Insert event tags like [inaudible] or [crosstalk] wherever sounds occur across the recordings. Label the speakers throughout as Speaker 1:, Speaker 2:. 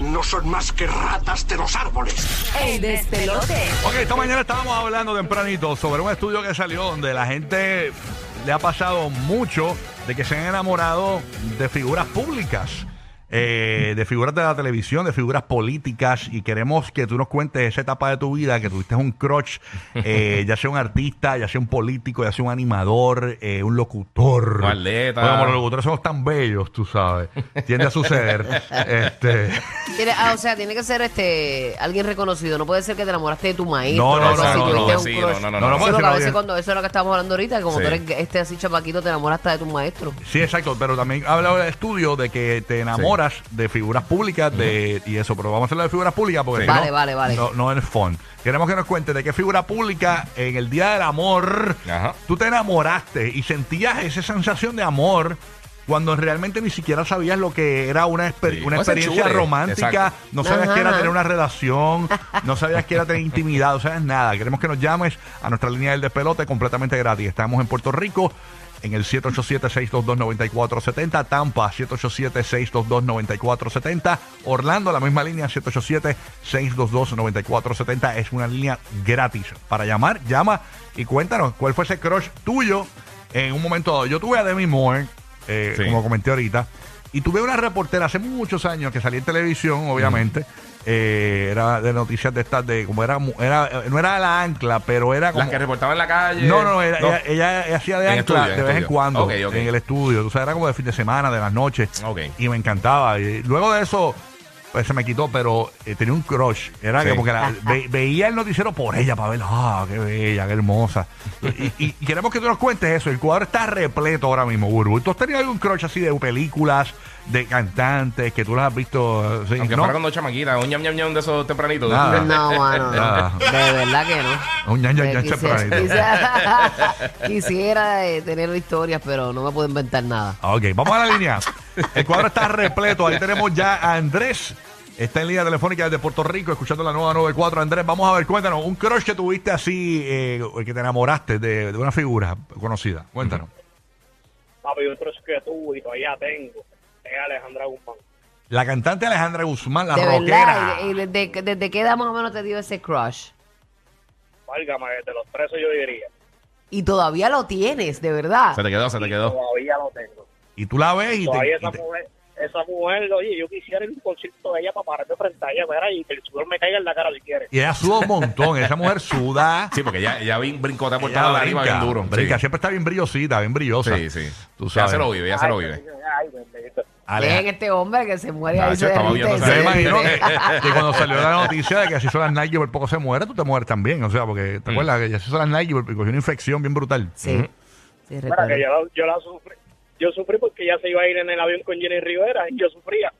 Speaker 1: no son más que ratas de los árboles.
Speaker 2: El despelote.
Speaker 3: Ok, esta mañana estábamos hablando tempranito sobre un estudio que salió donde la gente le ha pasado mucho de que se han enamorado de figuras públicas, eh, de figuras de la televisión, de figuras políticas y queremos que tú nos cuentes esa etapa de tu vida que tuviste un crush, eh, ya sea un artista, ya sea un político, ya sea un animador, eh, un locutor.
Speaker 4: Un atleta.
Speaker 3: Bueno, como los locutores somos tan bellos, tú sabes. Tiende a suceder. este...
Speaker 5: Tiene- ah, o sea, tiene que ser este alguien reconocido. No puede ser que te enamoraste de tu maestro.
Speaker 3: No, no,
Speaker 5: o
Speaker 3: no,
Speaker 5: algo así,
Speaker 3: no,
Speaker 5: tuviste
Speaker 3: no,
Speaker 5: un
Speaker 4: sí,
Speaker 5: crush.
Speaker 4: no, no, no, no, no,
Speaker 5: Sí,
Speaker 3: no,
Speaker 5: porque a
Speaker 3: no,
Speaker 5: veces
Speaker 3: no.
Speaker 5: cuando eso es lo que estamos hablando ahorita, que como
Speaker 4: Sí.
Speaker 5: tú eres este así chapaquito, te enamoras hasta de tu maestro.
Speaker 3: Sí, exacto, pero también ha hablado del estudio de que te enamoras de figuras públicas de, y eso, pero vamos a hacerlo de figuras públicas porque
Speaker 4: Sí.
Speaker 3: si no,
Speaker 5: Vale, vale, vale.
Speaker 3: no, no es fun. Queremos que nos cuentes de qué figura pública en el Día del Amor
Speaker 4: Ajá.
Speaker 3: tú te enamoraste y sentías esa sensación de amor cuando realmente ni siquiera sabías lo que era una, exper-
Speaker 4: Sí.
Speaker 3: una
Speaker 4: O ese
Speaker 3: experiencia
Speaker 4: chure,
Speaker 3: romántica,
Speaker 4: exacto.
Speaker 3: no sabías
Speaker 5: Ajá,
Speaker 3: que era
Speaker 5: ajá.
Speaker 3: tener una relación, no sabías que era tener intimidad, no sabías nada. Queremos que nos llames a nuestra línea del despelote completamente gratis. Estamos en Puerto Rico en el 787-622-9470, Tampa 787-622-9470, Orlando la misma línea 787-622-9470 es una línea gratis para llamar, llama y cuéntanos cuál fue ese crush tuyo en un momento dado. Yo tuve a Demi Moore, eh,
Speaker 4: Sí.
Speaker 3: como comenté ahorita, y tuve una reportera hace muchos años que salía en televisión, obviamente. eh, era de noticias de estas de como era, mu- era no era la ancla pero era como
Speaker 4: Las que reportaban en la calle.
Speaker 3: no, no, era- eh, Ella, ella- ella hacía de
Speaker 4: En
Speaker 3: ancla
Speaker 4: estudio, en
Speaker 3: de vez en
Speaker 4: estudio.
Speaker 3: cuando
Speaker 4: Ok, ok.
Speaker 3: en el estudio. O sea, era como de fin de semana, de las noches.
Speaker 4: Ok.
Speaker 3: Y me encantaba. Y luego de eso, pues se me quitó, pero eh, tenía un crush. Era
Speaker 4: Sí.
Speaker 3: que porque la- ve- veía el noticiero por ella para verla. Ah, qué bella, qué hermosa. y, y- y queremos que tú nos cuentes eso. El cuadro está repleto ahora mismo, Burbu. ¿Tú has tenido algún crush así de películas, de cantantes, que tú las has visto? eh, sí,
Speaker 4: Aunque
Speaker 3: ¿no?
Speaker 4: fuera cuando chamaquita, un ñam ñam ñam de esos tempranitos.
Speaker 3: Nada. Ah.
Speaker 5: Pues No, mano,
Speaker 3: Ah.
Speaker 5: no. De verdad que no.
Speaker 3: Un ñan, ñan,
Speaker 5: Eh,
Speaker 3: ñan
Speaker 5: quisiera-
Speaker 3: tempranito.
Speaker 5: quisiera- [laughs] Quisiera eh, tener historias, pero no me puedo inventar nada.
Speaker 3: Ah, Ok, vamos a la línea. El cuadro está repleto. Ahí tenemos ya a Andrés. Está en línea telefónica desde Puerto Rico, escuchando la nueva 94. Andrés, vamos a ver, cuéntanos, un crush que tuviste así, eh, que te enamoraste de, de una figura conocida. Cuéntanos.
Speaker 5: Mm.
Speaker 6: Papi, otro que tuve y todavía tengo. Es Alejandra Guzmán.
Speaker 3: La cantante Alejandra Guzmán, la
Speaker 5: de
Speaker 3: rockera.
Speaker 5: verdad. ¿Y, y desde, desde qué edad más o menos te dio ese crush?
Speaker 6: Válgame, desde los 13 yo diría.
Speaker 5: Y todavía lo tienes, de verdad.
Speaker 4: Se te quedó, se te quedó.
Speaker 6: Todavía lo tengo.
Speaker 3: Y tú la ves y te,
Speaker 6: Todavía
Speaker 3: y
Speaker 6: esa
Speaker 3: te-
Speaker 6: mujer, esa mujer, oye, yo quisiera ir a un concierto de ella para pararme frente a ella, mira, y que el sudor me caiga en la cara si quiere.
Speaker 3: y ella suda un montón. Esa mujer suda.
Speaker 4: Sí, porque ya, ya vi brincotea por
Speaker 3: ella
Speaker 4: toda la arriba bien duro.
Speaker 3: brinca,
Speaker 4: sí.
Speaker 3: siempre está bien brillosita, bien brillosa.
Speaker 4: sí, sí.
Speaker 3: Tú
Speaker 4: Ya
Speaker 3: sabes.
Speaker 4: se lo vive, ya se lo vive.
Speaker 6: Ay, bendito.
Speaker 3: Alej-
Speaker 5: Dejen este hombre que se muere ahí.
Speaker 4: Nacho,
Speaker 5: Se
Speaker 4: estamos
Speaker 5: derrite,
Speaker 4: viendo
Speaker 5: se
Speaker 3: Yo me
Speaker 4: esa-
Speaker 5: derrite.
Speaker 3: imagino que, que
Speaker 4: [laughs]
Speaker 3: cuando salió la noticia de que así son las Nike por poco se muere, tú te mueres también. O sea, porque te
Speaker 4: Mm.
Speaker 3: acuerdas que así son las Nike porque cogió una infección bien brutal. Mm.
Speaker 5: Sí. sí
Speaker 6: Mira,
Speaker 5: recuerdo.
Speaker 6: que yo la, yo la sufrí. Yo sufrí porque ya se iba a ir en el avión con Jenny Rivera y yo sufría.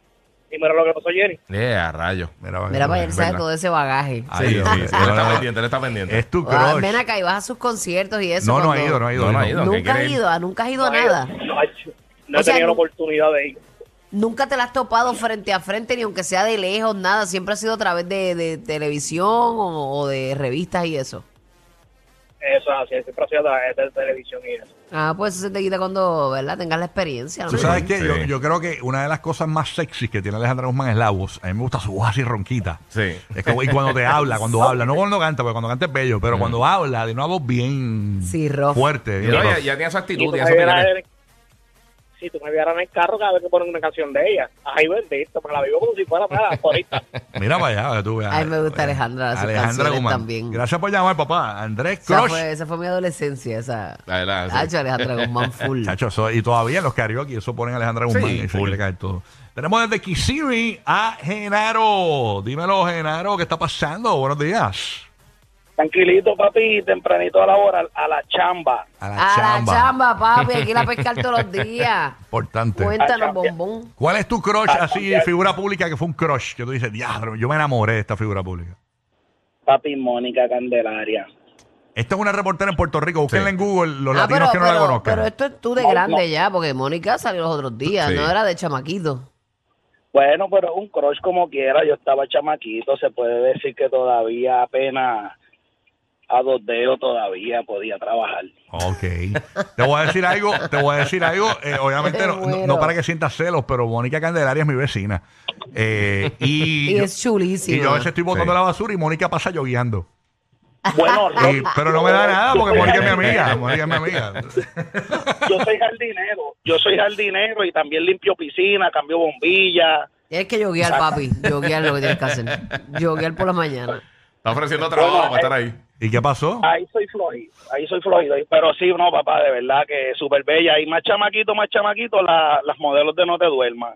Speaker 6: Y mira lo que pasó Jenny.
Speaker 4: Eh, a rayo.
Speaker 3: Mira, para que-
Speaker 5: Mira para él, sabe
Speaker 4: verdad.
Speaker 5: todo ese bagaje.
Speaker 3: Ay,
Speaker 4: Sí, sí, sí.
Speaker 3: Dios este
Speaker 4: Él
Speaker 3: mío. No,
Speaker 4: está
Speaker 3: no,
Speaker 4: pendiente, él está pendiente.
Speaker 3: Es tu crush.
Speaker 5: Ah, ven acá y vas a sus conciertos y eso.
Speaker 3: no, no ha
Speaker 5: cuando-
Speaker 3: ido, no ha ido.
Speaker 4: No, no ha ido. que
Speaker 5: Nunca has
Speaker 4: quieren-
Speaker 5: ido, ah, nunca has ido a
Speaker 6: No,
Speaker 5: nada.
Speaker 6: No, no
Speaker 5: O
Speaker 6: he
Speaker 5: sea,
Speaker 6: tenido
Speaker 5: no-
Speaker 6: la oportunidad de ir.
Speaker 5: Nunca te la has topado frente a frente, ni aunque sea de lejos, nada. Siempre ha sido a través de, de televisión o, o de revistas y eso.
Speaker 6: Eso es así, siempre hacía la- de televisión y eso.
Speaker 5: Ah, pues eso se te quita cuando, ¿verdad? Tengas la experiencia. ¿no?
Speaker 3: Tú sabes
Speaker 4: Sí,
Speaker 3: que
Speaker 4: sí.
Speaker 3: yo, yo creo que una de las cosas más sexys que tiene Alejandra Guzmán es la voz. A mí me gusta su voz así ronquita.
Speaker 4: Sí.
Speaker 3: Es que, y cuando te habla, cuando habla, no cuando canta, porque cuando canta es bello,
Speaker 4: Mm.
Speaker 3: pero cuando habla, de una voz bien
Speaker 5: Sí, rough.
Speaker 3: fuerte. bien
Speaker 4: No,
Speaker 3: rough.
Speaker 4: ya, ya tiene su
Speaker 6: Si tú
Speaker 4: actitud,
Speaker 6: me
Speaker 4: ya eso que
Speaker 6: vieras
Speaker 4: tiene.
Speaker 6: en- si tú me vieras en el carro cada vez que ponen una canción de ella, ay bendito, me la vivo como si fuera para ahorita.
Speaker 3: Mira para allá, tú veas. Eh,
Speaker 5: Ay, me gusta Alejandra, sus canciones también.
Speaker 3: Gracias por llamar, papá. Andrés
Speaker 5: Esa
Speaker 3: Crush. Ah,
Speaker 5: fue, esa fue mi adolescencia, esa.
Speaker 4: La verdad, sí.
Speaker 5: Hacho, Alejandra Guzmán full.
Speaker 3: Eh, Chacho, eso- y todavía los karaoke, eso ponen a Alejandra Guzmán.
Speaker 4: Sí,
Speaker 3: y se
Speaker 4: full.
Speaker 3: le cae todo. Tenemos desde Kisiri a Genaro. Dímelo, Genaro, ¿qué está pasando? Buenos días.
Speaker 6: Tranquilito, papi, tempranito a la hora, a la chamba.
Speaker 3: [laughs] A
Speaker 5: a la chamba, papi, aquí la pescar todos los
Speaker 3: [laughs]
Speaker 5: días.
Speaker 3: Importante.
Speaker 5: Cuéntanos,
Speaker 6: A
Speaker 5: bombón.
Speaker 3: ¿Cuál es tu crush,
Speaker 6: A
Speaker 3: así,
Speaker 6: cambiar.
Speaker 3: figura pública que fue un crush? Que tú dices, diablo, yo me enamoré de esta figura pública.
Speaker 6: Papi Mónica Candelaria.
Speaker 3: Esta es una reportera en Puerto Rico. Búsquenla
Speaker 4: Sí.
Speaker 3: en Google los
Speaker 5: Ah,
Speaker 3: latinos que no la conozcan.
Speaker 5: pero esto es tú de
Speaker 6: No,
Speaker 5: grande
Speaker 6: no.
Speaker 5: ya, porque Mónica salió los otros días,
Speaker 4: Sí.
Speaker 5: no era de chamaquito.
Speaker 6: Bueno, pero un crush como quiera, yo estaba chamaquito, se puede decir que todavía apenas a dos dedos todavía podía
Speaker 3: [laughs]
Speaker 6: trabajar.
Speaker 3: Ok. Te voy a decir algo, te voy a decir algo, eh, obviamente
Speaker 5: Me
Speaker 3: no, no-
Speaker 5: muero.
Speaker 3: no para que sientas celos, pero Mónica Candelaria es mi vecina. Eh, y,
Speaker 5: [laughs] Y es chulísima.
Speaker 3: Y yo a veces estoy botando
Speaker 4: Sí.
Speaker 3: la basura y Mónica pasa lloviando.
Speaker 6: Bueno,
Speaker 3: Y-
Speaker 6: yo-
Speaker 3: pero no me da nada porque
Speaker 6: yo soy
Speaker 3: Mónica es mi
Speaker 6: jardinero,
Speaker 3: amiga. Mónica es mi amiga.
Speaker 6: Yo soy jardinero, yo soy jardinero y también limpio piscina, cambio bombillas.
Speaker 5: Tienes que yoguear, papi. Yoguear es lo que tienes que hacer.
Speaker 3: [laughs]
Speaker 5: Yoguear por la mañana.
Speaker 4: Está ofreciendo trabajo para estar ahí.
Speaker 3: ¿Y qué pasó?
Speaker 6: Ahí soy flojito, ahí soy flojito. Pero sí, no, papá, de verdad que súper bella. Y más chamaquito, más chamaquito, la- las modelos de No Te Duermas.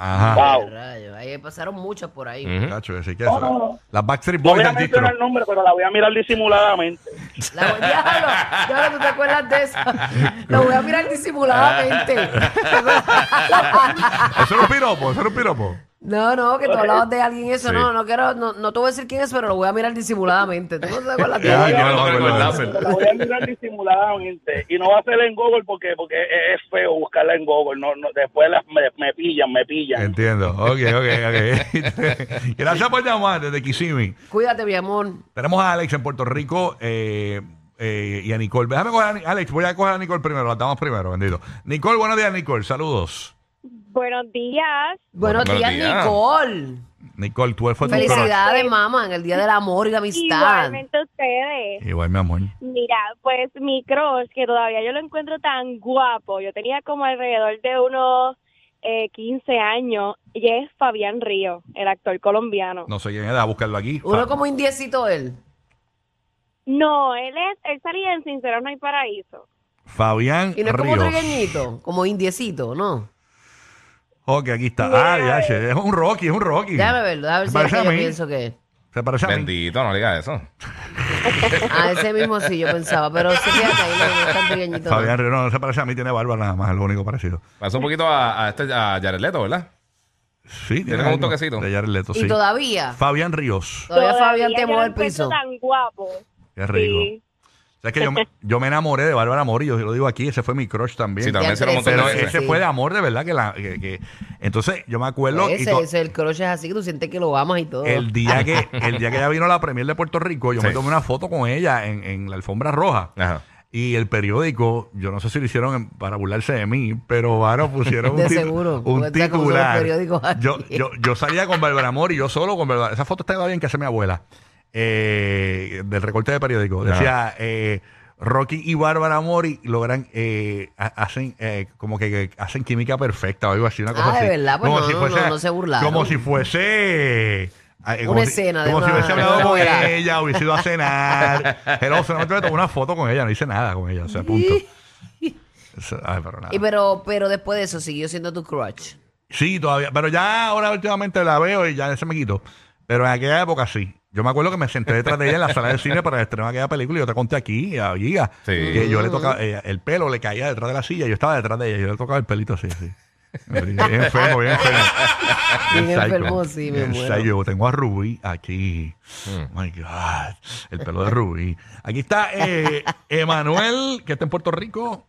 Speaker 3: Ajá.
Speaker 6: Wow.
Speaker 5: Rayos, ahí pasaron muchas por ahí.
Speaker 4: Ujú.
Speaker 3: Cacho, así que
Speaker 6: No, no, no.
Speaker 3: Las Backstreet
Speaker 6: No
Speaker 3: Boys
Speaker 6: voy a
Speaker 3: del distro.
Speaker 6: mencionar el nombre, pero la voy a mirar disimuladamente.
Speaker 5: La voy, diablo, diablo, ¿tú te acuerdas de eso? Lo voy a mirar
Speaker 3: [laughs]
Speaker 5: disimuladamente.
Speaker 3: Eso era un piropo, eso era un piropo.
Speaker 5: No, no, que tú hablabas de alguien y eso.
Speaker 4: Sí.
Speaker 5: No, no quiero, no, no te voy a decir quién es, pero lo voy a mirar disimuladamente. ¿Tú no te
Speaker 3: [laughs]
Speaker 5: acuerdas de
Speaker 3: Ay,
Speaker 5: eso?
Speaker 3: yo no me acuerdo.
Speaker 4: Con el láser.
Speaker 6: Pero La voy a mirar disimuladamente. Y no va a ser en Google porque porque es es feo buscarla en Google. No, no, después las, me, me pillan, me pillan.
Speaker 3: Entiendo. Ok, ok, ok. [laughs] Gracias por llamar desde Kissimmee.
Speaker 5: Cuídate, mi amor.
Speaker 3: Tenemos a Alex en Puerto Rico eh, eh, y a Nicole. Déjame coger a Ni- Alex, voy a coger a Nicole primero, la damos primero, bendito. Nicole, buenos días, Nicole, saludos.
Speaker 2: Buenos días.
Speaker 5: Buenos,
Speaker 4: Buenos
Speaker 5: días,
Speaker 4: días.
Speaker 5: Nicole.
Speaker 3: Nicole, tú fue tu corona.
Speaker 5: Felicidades, mamá, en el Día del Amor y la Amistad.
Speaker 2: Igualmente a ustedes.
Speaker 3: Igual, mi amor.
Speaker 2: Mira, pues mi crush, que todavía yo lo encuentro tan guapo. Yo tenía como alrededor de unos eh, 15 años. Y es Fabián Río, el actor colombiano. No.
Speaker 3: No sé quién era, a buscarlo aquí.
Speaker 5: Uno
Speaker 3: Ah,
Speaker 5: como indiecito él.
Speaker 2: él es, él salía en Sinceros No hay Paraíso.
Speaker 3: Fabián
Speaker 5: Y no es como
Speaker 3: Ríos.
Speaker 5: trigueñito, como indiecito, ¿no.
Speaker 3: Ok, aquí está. Ah, DH, es un Rocky, es un Rocky.
Speaker 5: Déjame verlo, a ver
Speaker 3: Se
Speaker 5: si es
Speaker 3: parece
Speaker 5: que
Speaker 3: a
Speaker 5: yo
Speaker 3: mí.
Speaker 5: pienso que es.
Speaker 3: Se parece a mí.
Speaker 4: Bendito, no digas eso.
Speaker 5: Ah, ese mismo sí, yo pensaba, pero sí, fíjate, ahí no, no es tan trigueñito. no.
Speaker 3: Fabián Ríos, no, no se parece a mí, tiene barba nada más, es lo único parecido.
Speaker 4: Pasó un poquito a, a este, a Jared Leto, ¿verdad?
Speaker 3: Sí,
Speaker 4: Tiene como un
Speaker 3: algo
Speaker 4: toquecito.
Speaker 3: De Jared Leto,
Speaker 5: Y
Speaker 3: sí.
Speaker 5: todavía,
Speaker 3: Fabián Ríos.
Speaker 5: todavía Fabián
Speaker 2: yo
Speaker 5: te
Speaker 2: lo
Speaker 5: mueve el
Speaker 2: encuentro
Speaker 5: piso.
Speaker 2: tan guapo.
Speaker 3: Qué rico.
Speaker 2: Sí.
Speaker 3: O sea, es que yo me, yo me enamoré de Bárbara Morillo, yo lo digo aquí, ese fue mi crush también.
Speaker 4: Sí, también
Speaker 5: Ya
Speaker 4: se lo
Speaker 5: tres,
Speaker 4: montó.
Speaker 3: Pero
Speaker 5: Sí,
Speaker 3: ese
Speaker 5: sí.
Speaker 3: fue de amor de verdad que la que, que- entonces yo me acuerdo y
Speaker 5: Ese,
Speaker 3: to-
Speaker 5: ese, el crush es así que tú sientes que lo amas y todo.
Speaker 3: el día que el día que ella vino a la premier de Puerto Rico, yo me
Speaker 4: Sí.
Speaker 3: tomé una foto con ella en, en la alfombra roja.
Speaker 4: Ajá.
Speaker 3: Y el periódico, yo no sé si lo hicieron en- para burlarse de mí, pero bueno,
Speaker 5: [laughs]
Speaker 3: pusieron
Speaker 5: De
Speaker 3: un, tit-
Speaker 5: seguro,
Speaker 3: un
Speaker 5: porque está como son los
Speaker 3: titular.
Speaker 5: periódicos aquí.
Speaker 3: Yo, yo, yo salía con Bárbara Mori, yo solo con Bárbara. Esa foto está bien que hace mi abuela. eh, del recorte de periódico. Decía eh, Rocky y Bárbara Mori logran, eh, ha- hacen eh, como que, que hacen química perfecta o algo así, una cosa
Speaker 5: Ah,
Speaker 3: así.
Speaker 5: de verdad, pues
Speaker 3: como
Speaker 5: no, no, no, no se burlaron.
Speaker 3: Como si fuese. eh, como si-
Speaker 5: escena de
Speaker 3: Como si
Speaker 5: una-
Speaker 3: hubiese
Speaker 5: de una
Speaker 3: hablado con
Speaker 5: novela.
Speaker 3: ella ella, hubiese ido a cenar. Pero solamente me tomé una foto con ella, no hice nada con ella, o sea, punto. Eso- Ay, pero nada.
Speaker 5: Y pues- pero, pero después de eso siguió siendo tu crush.
Speaker 3: Sí, todavía. Pero ya ahora últimamente la veo y ya se me quitó. Pero en aquella época sí. Yo me acuerdo que me senté detrás de ella en la sala de cine para estrenar aquella película y yo te conté aquí, a Giga,
Speaker 4: Sí.
Speaker 3: que yo le tocaba, eh, el pelo le caía detrás de la silla, yo estaba detrás de ella, yo le tocaba el pelito así, así. Bien enfermo, bien enfermo.
Speaker 5: Bien
Speaker 3: psycho.
Speaker 5: enfermo, sí, me
Speaker 3: Bien
Speaker 5: muero.
Speaker 3: psycho. Yo tengo a Rubí aquí.
Speaker 4: Hmm.
Speaker 3: Oh my God. El pelo de Rubí. Aquí está eh, Emanuel, que está en Puerto Rico.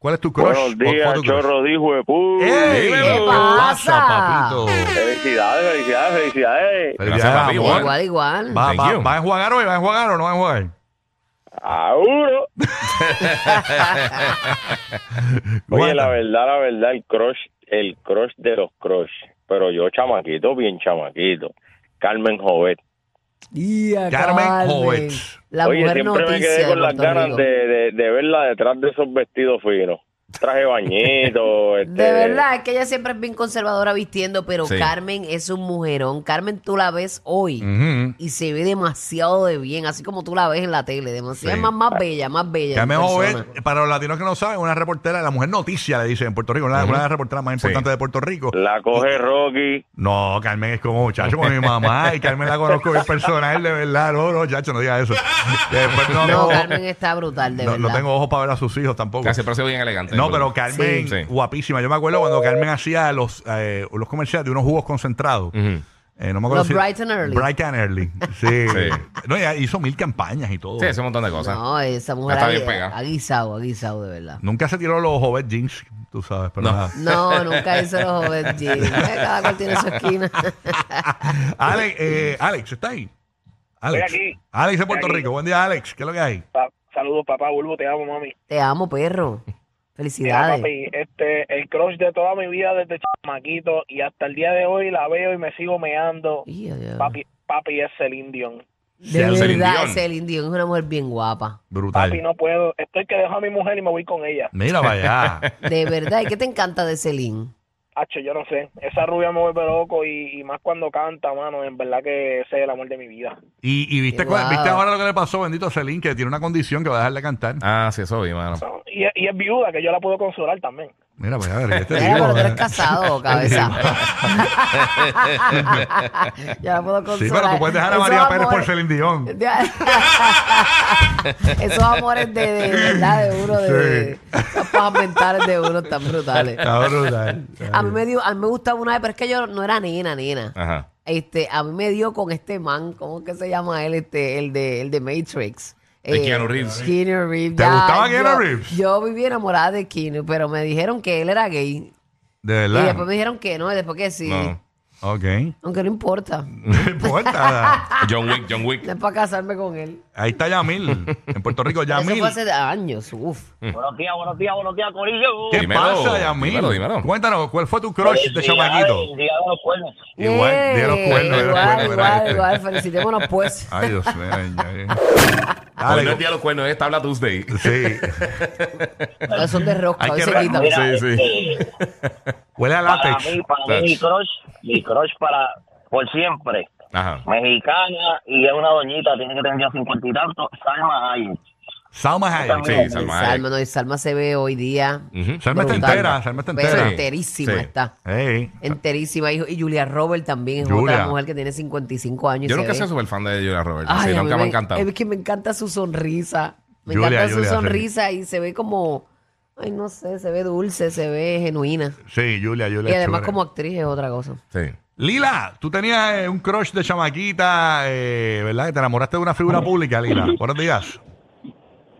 Speaker 3: ¿Cuál es tu crush? ¡Eh!
Speaker 7: Buenos días,
Speaker 3: ¿Cuál fue tu crush?
Speaker 7: chorro dijo de pu.
Speaker 3: ¡Ey!
Speaker 5: ¿Qué pasa?
Speaker 3: papito?
Speaker 7: Felicidades, felicidades, felicidades.
Speaker 4: Gracias,
Speaker 3: Ya, amor.
Speaker 4: papi, Igual.
Speaker 5: Igual, igual.
Speaker 3: ¿Va,
Speaker 4: Thank
Speaker 3: va,
Speaker 4: you.
Speaker 3: ¿Va a enjuagar hoy? ¿Va a enjuagar o no va a enjuagar?
Speaker 7: Auro. Oye, la verdad, la verdad, el crush, el crush de los crush. Pero yo chamaquito, bien chamaquito. Carmen Jovet.
Speaker 5: Y a
Speaker 3: Carmen Jovet.
Speaker 5: La
Speaker 7: Oye,
Speaker 5: mujer
Speaker 7: siempre me
Speaker 5: noticia
Speaker 7: quedé
Speaker 5: de
Speaker 7: con las
Speaker 5: Puerto
Speaker 7: ganas
Speaker 5: Rico.
Speaker 7: de, de- de verla detrás de esos vestidos finos. Traje bañito.
Speaker 5: [laughs]
Speaker 7: este,
Speaker 5: De verdad, es que ella siempre es bien conservadora vistiendo, pero
Speaker 4: Sí.
Speaker 5: Carmen es un mujerón. Carmen tú la ves hoy
Speaker 3: Ujú.
Speaker 5: y se ve demasiado de bien, así como tú la ves en la tele, demasiado
Speaker 3: Sí.
Speaker 5: es más, más bella, más bella.
Speaker 3: Carmen
Speaker 5: en
Speaker 3: Jovet,
Speaker 5: persona.
Speaker 3: para los latinos que no saben, una reportera, la mujer noticia le dicen en Puerto Rico, una, una de las reporteras más
Speaker 4: Sí.
Speaker 3: importantes de Puerto Rico.
Speaker 7: La coge Rocky.
Speaker 3: No, Carmen es como muchacho con mi mamá y Carmen la conozco bien personal, de verdad. No, no, chacho, no digas
Speaker 5: [laughs]
Speaker 3: eso. Después no,
Speaker 5: No,
Speaker 3: tengo-
Speaker 5: Carmen está brutal, de
Speaker 3: no- no
Speaker 5: verdad.
Speaker 3: tengo ojos para ver a sus hijos tampoco.
Speaker 4: Casi siempre ha sido bien elegante.
Speaker 3: No, pero
Speaker 4: ¿verdad?
Speaker 3: Carmen,
Speaker 4: Sí. Sí.
Speaker 3: guapísima. Yo me acuerdo
Speaker 5: Uh.
Speaker 3: cuando Carmen hacía los, eh, los comerciales de unos jugos concentrados.
Speaker 4: Ujú.
Speaker 3: Eh, no me acuerdo
Speaker 5: Los Bright and Early.
Speaker 3: Bright and Early. Sí.
Speaker 4: [laughs] Sí.
Speaker 3: No, ella hizo mil campañas y todo.
Speaker 4: Sí, hace un montón de cosas.
Speaker 5: No, esa mujer
Speaker 4: Está
Speaker 5: ha,
Speaker 4: bien pegada.
Speaker 5: ha guisado, ha guisado, de verdad.
Speaker 3: Nunca se tiró los joven jeans, tú sabes, pero
Speaker 4: No.
Speaker 3: nada.
Speaker 5: No, nunca hizo los joven
Speaker 3: [laughs]
Speaker 5: jeans. Cada cual tiene su esquina.
Speaker 3: Alex, eh, Alex, ¿está ahí? Alex.
Speaker 6: Estoy aquí.
Speaker 3: Alex de Puerto
Speaker 6: aquí.
Speaker 3: Rico. Buen día, Alex. ¿Qué es lo que hay?
Speaker 6: Pa- Saludos, papá, vuelvo, te amo, mami.
Speaker 5: Te amo, perro.
Speaker 6: Mira,
Speaker 5: Felicidades.
Speaker 6: papi, este, el crush de toda mi vida desde chamaquito y hasta el día de hoy la veo y me sigo meando.
Speaker 5: Y, eh,
Speaker 6: Papi, papi es el indio.
Speaker 5: De
Speaker 4: Celine
Speaker 5: verdad,
Speaker 4: Dion.
Speaker 5: es el indio. Es una mujer bien guapa.
Speaker 3: Brutal.
Speaker 6: Papi, no puedo. Estoy que dejo a mi mujer y me voy con ella.
Speaker 3: Mira para allá.
Speaker 5: [laughs] De verdad. ¿Y qué te encanta de Celine?
Speaker 6: Hacho, yo no sé. Esa rubia me vuelve loco y, y más cuando canta, mano. En verdad que ese es el amor de mi vida.
Speaker 3: y y viste,
Speaker 5: Qué
Speaker 3: cua- viste
Speaker 5: guau.
Speaker 3: ahora lo que le pasó, bendito Celín, que tiene una condición que va a dejarle cantar.
Speaker 4: Ah, sí, eso vi, mano.
Speaker 6: Y, y es viuda, que yo la puedo consolar también.
Speaker 3: Mira, pues a ver, este
Speaker 5: Mira,
Speaker 3: tipo,
Speaker 5: pero tú eres
Speaker 3: eh. [laughs]
Speaker 5: casado, cabeza. [laughs] ya la puedo consolar.
Speaker 3: Sí, pero tú puedes
Speaker 5: [laughs]
Speaker 3: dejar a
Speaker 5: Esos
Speaker 3: María Pérez por
Speaker 5: amores-
Speaker 3: Celine
Speaker 5: [laughs]
Speaker 3: Dion.
Speaker 5: Esos amores de, de, verdad de uno, de, de-
Speaker 3: Sí.
Speaker 5: esas pajas mentales de uno tan
Speaker 3: [laughs]
Speaker 5: brutales.
Speaker 3: Está brutal.
Speaker 5: A mí me dio, a mí me gustaba una vez, pero es que yo no era nena, nena.
Speaker 4: Ajá.
Speaker 5: Este, a mí me dio con este man, ¿cómo que se llama él? Este, el de, el de Matrix. Eh,
Speaker 4: De Keanu Reeves.
Speaker 5: Keanu Reeves.
Speaker 3: ¿Te
Speaker 5: ya,
Speaker 3: gustaba
Speaker 5: yo-
Speaker 3: Keanu Reeves?
Speaker 5: Yo viví enamorada de Keanu, pero me dijeron que él era gay.
Speaker 3: De
Speaker 5: Y
Speaker 3: verdad.
Speaker 5: después me dijeron que no, y después que sí.
Speaker 4: No.
Speaker 3: Ok. [laughs]
Speaker 5: Aunque no importa.
Speaker 3: No importa.
Speaker 5: Ah.
Speaker 4: John Wick, John Wick.
Speaker 5: No es para casarme con él.
Speaker 3: Ahí está Yamil. En Puerto Rico,
Speaker 5: Eso
Speaker 3: Yamil. Mm.
Speaker 5: fue hace años, uf.
Speaker 6: Buenos días, buenos días, buenos días, Corillo.
Speaker 3: ¿Qué
Speaker 4: Dímelo,
Speaker 3: pasa, Yamil?
Speaker 4: dímelo, dímelo.
Speaker 3: Cuéntanos, ¿cuál fue tu crush de chamaquito?
Speaker 8: pues.
Speaker 3: Igual,
Speaker 5: Eh,
Speaker 3: dieron los cuernos, dieron los
Speaker 5: Igual,
Speaker 3: cuernos,
Speaker 5: igual,
Speaker 3: ¿verdad? Ah.
Speaker 5: igual. Felicitémonos, pues.
Speaker 3: Ay, Dios mío. ay,
Speaker 4: [laughs]
Speaker 3: ay.
Speaker 4: Hoy no es
Speaker 3: Dale.
Speaker 4: día de los cuernos, es tabla Tuesday.
Speaker 3: [laughs] Sí.
Speaker 5: Todos son de rosca,
Speaker 4: Hay
Speaker 5: hoy
Speaker 4: que
Speaker 5: se
Speaker 4: re-
Speaker 5: quitan.
Speaker 4: Mira, Sí, sí.
Speaker 3: [laughs] Huele a
Speaker 8: este, Para
Speaker 3: látex.
Speaker 8: mí, para mí, mi
Speaker 4: Látex.
Speaker 8: crush, mi crush para por siempre,
Speaker 4: Ajá.
Speaker 8: mexicana y es una doñita, tiene que tener ya cincuenta y tanto, Salma Hayek.
Speaker 3: Salma Hayek.
Speaker 4: Sí, Salma. Hayek.
Speaker 5: Salma, no, y Salma se ve hoy día.
Speaker 4: Ujú.
Speaker 3: Salma está
Speaker 5: brutal.
Speaker 3: entera, Salma está
Speaker 5: Pero
Speaker 3: entera.
Speaker 5: enterísima
Speaker 4: Sí.
Speaker 5: está.
Speaker 3: Ey.
Speaker 5: Enterísima. Y, y Julia Robert también es
Speaker 3: Julia.
Speaker 5: otra mujer que tiene 55 años. y
Speaker 4: Yo
Speaker 5: se
Speaker 4: nunca he
Speaker 5: ve.
Speaker 4: sido súper fan de Julia Roberts. sí,
Speaker 5: Ay, a mí
Speaker 4: nunca me ha
Speaker 5: me-
Speaker 4: encantado.
Speaker 5: Es que me encanta su sonrisa. Me
Speaker 3: Julia,
Speaker 5: encanta
Speaker 3: Julia, sí.
Speaker 5: su sonrisa y se ve como, ay, no sé, se ve dulce, se ve genuina.
Speaker 3: Sí, Julia, Julia.
Speaker 5: Y además
Speaker 3: chula.
Speaker 5: como actriz es otra cosa.
Speaker 4: Sí.
Speaker 3: Lila, tú tenías eh, un crush de chamaquita, eh, ¿verdad? Que te enamoraste de una figura pública, Lila. Buenos días.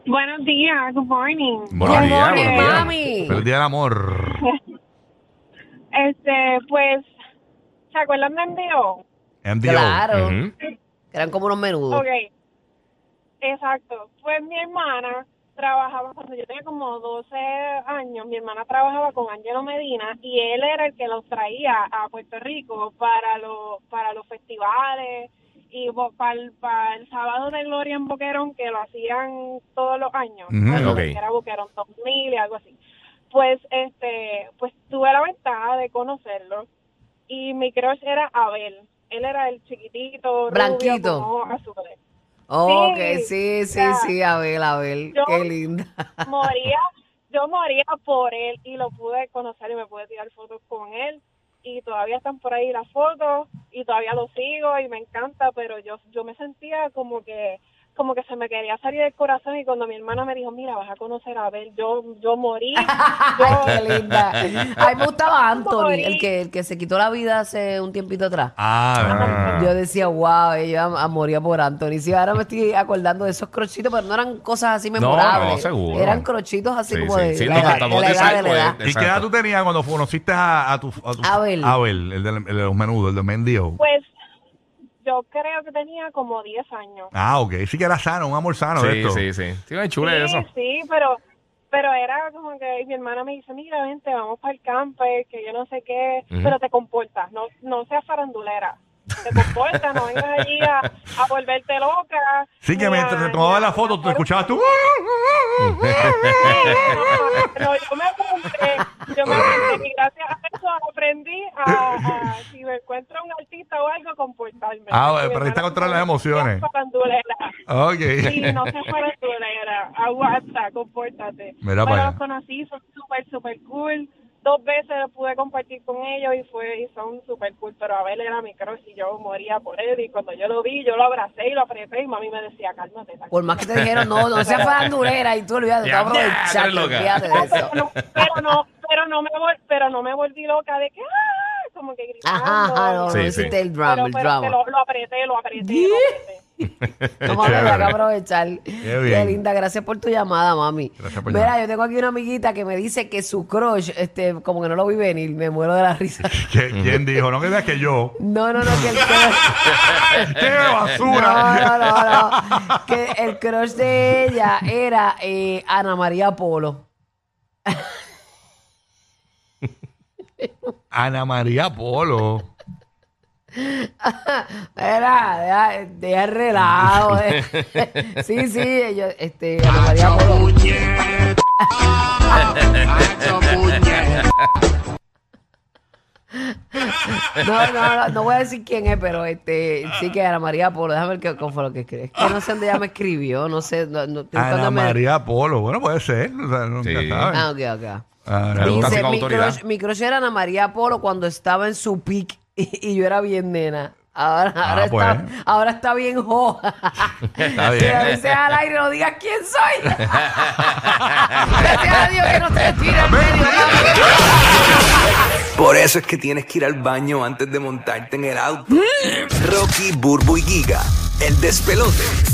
Speaker 2: Buenos días, good morning.
Speaker 4: Buenos
Speaker 5: Good
Speaker 4: días,
Speaker 5: morning,
Speaker 4: buenos días.
Speaker 5: mami.
Speaker 3: Feliz día del amor.
Speaker 2: Este, pues, ¿se acuerdan de MDO?
Speaker 3: MDO.
Speaker 5: Claro.
Speaker 4: Ujú.
Speaker 5: Eran como unos menudos.
Speaker 2: Ok. Exacto. Pues mi hermana trabajaba, cuando yo tenía como 12 años, mi hermana trabajaba con Angelo Medina y él era el que los traía a Puerto Rico para los, para los festivales y bo- para el, para el sábado de Gloria en Boquerón, que lo hacían todos los años.
Speaker 3: Ujú,
Speaker 2: Algo
Speaker 4: ok.
Speaker 2: así, que Era Boquerón 2000 y algo así. Pues, este, pues tuve la ventaja de conocerlo y mi crush era Abel. Él era el chiquitito,
Speaker 5: Blanquito.
Speaker 2: Rubio, con ojos azules.
Speaker 5: Ok, sí,
Speaker 2: Sí,
Speaker 5: sí,
Speaker 2: ya.
Speaker 5: sí, Abel, Abel.
Speaker 2: Yo-
Speaker 5: Qué linda. [laughs]
Speaker 2: moría, yo moría por él y lo pude conocer y me pude tirar fotos con él y todavía están por ahí las fotos y todavía lo sigo y me encanta, pero yo yo me sentía como que como que se me quería salir del corazón y cuando mi hermana me dijo, mira, vas a conocer a Abel, yo yo
Speaker 5: [laughs]
Speaker 2: morí,
Speaker 5: Qué
Speaker 2: yo,
Speaker 5: linda. A mí me gustaba Anthony,
Speaker 2: Morí.
Speaker 5: el que, el que se quitó la vida hace un tiempito atrás.
Speaker 3: Ah,
Speaker 4: Ah.
Speaker 5: Yo decía, wow, ella am- ah, moría por Anthony. Sí, ahora me estoy acordando de esos crochitos, pero no eran cosas así memorables.
Speaker 4: no, seguro.
Speaker 5: Eran crochitos así
Speaker 4: Sí,
Speaker 5: como
Speaker 4: sí,
Speaker 5: de
Speaker 4: sí,
Speaker 5: la
Speaker 4: no,
Speaker 5: edad,
Speaker 4: tampoco
Speaker 5: de la
Speaker 4: te
Speaker 5: edad, de
Speaker 4: salgo
Speaker 5: la edad.
Speaker 4: de- eh.
Speaker 3: ¿Y qué edad tú
Speaker 4: Exacto.
Speaker 3: tenías cuando conociste a, a tu, a tu-
Speaker 5: Abel.
Speaker 3: Abel, el, del- el de los menudos, el de MDO?
Speaker 2: pues yo creo que tenía como 10 años.
Speaker 3: Ah, ok. Sí que era sano, un amor sano de
Speaker 4: Sí,
Speaker 3: esto.
Speaker 4: sí, sí. Sí, es chulo
Speaker 2: sí,
Speaker 4: eso.
Speaker 2: sí, pero pero era como que y mi hermana me dice, mira, vente, vamos para el camper, que yo no sé qué,
Speaker 4: Ujú.
Speaker 2: pero te comportas, no no seas farandulera. Te comportas, no vengas allí a, a volverte loca.
Speaker 3: Sí, que
Speaker 2: ni a-
Speaker 3: mientras te
Speaker 2: ni
Speaker 3: tomaba
Speaker 2: a-
Speaker 3: la foto, tú escuchabas tú.
Speaker 2: No, no, yo me apunté, yo me apunté, y gracias a eso aprendí a, a- si me encuentro un artista o algo, comportarme.
Speaker 3: Ah, bueno,
Speaker 2: Mi
Speaker 3: pero ahí está
Speaker 2: hermana
Speaker 3: contra
Speaker 2: me
Speaker 3: las
Speaker 2: dice, "No seas
Speaker 3: emociones".
Speaker 2: farandulera.
Speaker 3: Ok. [laughs]
Speaker 2: Sí, no se fuera era Aguanta, compórtate.
Speaker 3: Mira
Speaker 2: Pero
Speaker 3: para allá.
Speaker 2: los conocí, son súper, súper cool. Dos veces los pude compartir con ellos y fue y son súper cool. Pero Abel era mi crush y yo moría por él. Y cuando yo lo vi, yo lo abracé y lo apreté. Y mami me decía, cálmate. cálmate".
Speaker 5: Por más que te dijeron, no, no
Speaker 4: [laughs]
Speaker 5: seas farandulera, y tú olvídate,
Speaker 4: Ya,
Speaker 5: te voy a
Speaker 4: ya, tú
Speaker 5: aprovechar,
Speaker 4: eres loca.
Speaker 5: olvídate de
Speaker 4: [laughs]
Speaker 5: eso.
Speaker 2: Pero no, pero no, pero no me vol- pero no me volví loca de que, "Ah", como que gritando.
Speaker 5: Ajá, ajá, no, no
Speaker 4: Sí, sí.
Speaker 5: hiciste el
Speaker 2: Pero,
Speaker 5: drama, el
Speaker 2: pero que
Speaker 5: drama.
Speaker 2: lo, lo apreté, lo apreté, lo apreté.
Speaker 5: Vamos a
Speaker 3: Chévere.
Speaker 5: que aprovechar. Qué,
Speaker 3: bien.
Speaker 5: linda, gracias por tu llamada, mami.
Speaker 3: Gracias por
Speaker 5: Mira,
Speaker 3: llamar.
Speaker 5: yo tengo aquí una amiguita que me dice que su crush, este, como que no lo vi venir, me muero de la risa. [laughs]
Speaker 3: ¿Qué- ¿Quién dijo? No creas que yo.
Speaker 5: No, no, no, que el crush.
Speaker 3: ¡Qué
Speaker 5: No,
Speaker 3: basura!
Speaker 5: no, no, no. Que el crush de ella era eh, Ana María Polo.
Speaker 3: Ana María Polo.
Speaker 5: Era, deja, deja el relajo. de- [laughs] sí, sí, yo, este, Ana María
Speaker 1: Hacho
Speaker 5: Polo.
Speaker 1: puñet. Hacho puñet.
Speaker 5: No, no, no, no voy a decir quién es, pero este, sí que Ana María Polo, déjame ver qué, cómo fue lo que escribió. Es que no sé dónde ella me escribió, no sé, no, no, estoy
Speaker 3: Ana
Speaker 5: buscándome-
Speaker 3: María Polo. Bueno, puede ser. o sea, nunca
Speaker 4: Sí.
Speaker 3: sabes.
Speaker 5: Ah, ok, ok.
Speaker 3: Ahora,
Speaker 4: Me gusta
Speaker 5: Dice,
Speaker 4: sin
Speaker 5: mi
Speaker 4: autoridad.
Speaker 5: crush, mi crush era Ana María Polo cuando estaba en su pic [laughs] y, y yo era bien nena. Ahora, ahora,
Speaker 3: pues.
Speaker 5: está, ahora está bien joja.
Speaker 3: [laughs] Está
Speaker 5: Que a
Speaker 3: bien.
Speaker 5: veces al aire no digas quién soy. [laughs] Gracias a Dios que no te tira en medio.
Speaker 9: Por eso es que tienes que ir al baño antes de montarte en el auto. Rocky, Burbu y Giga, el despelote.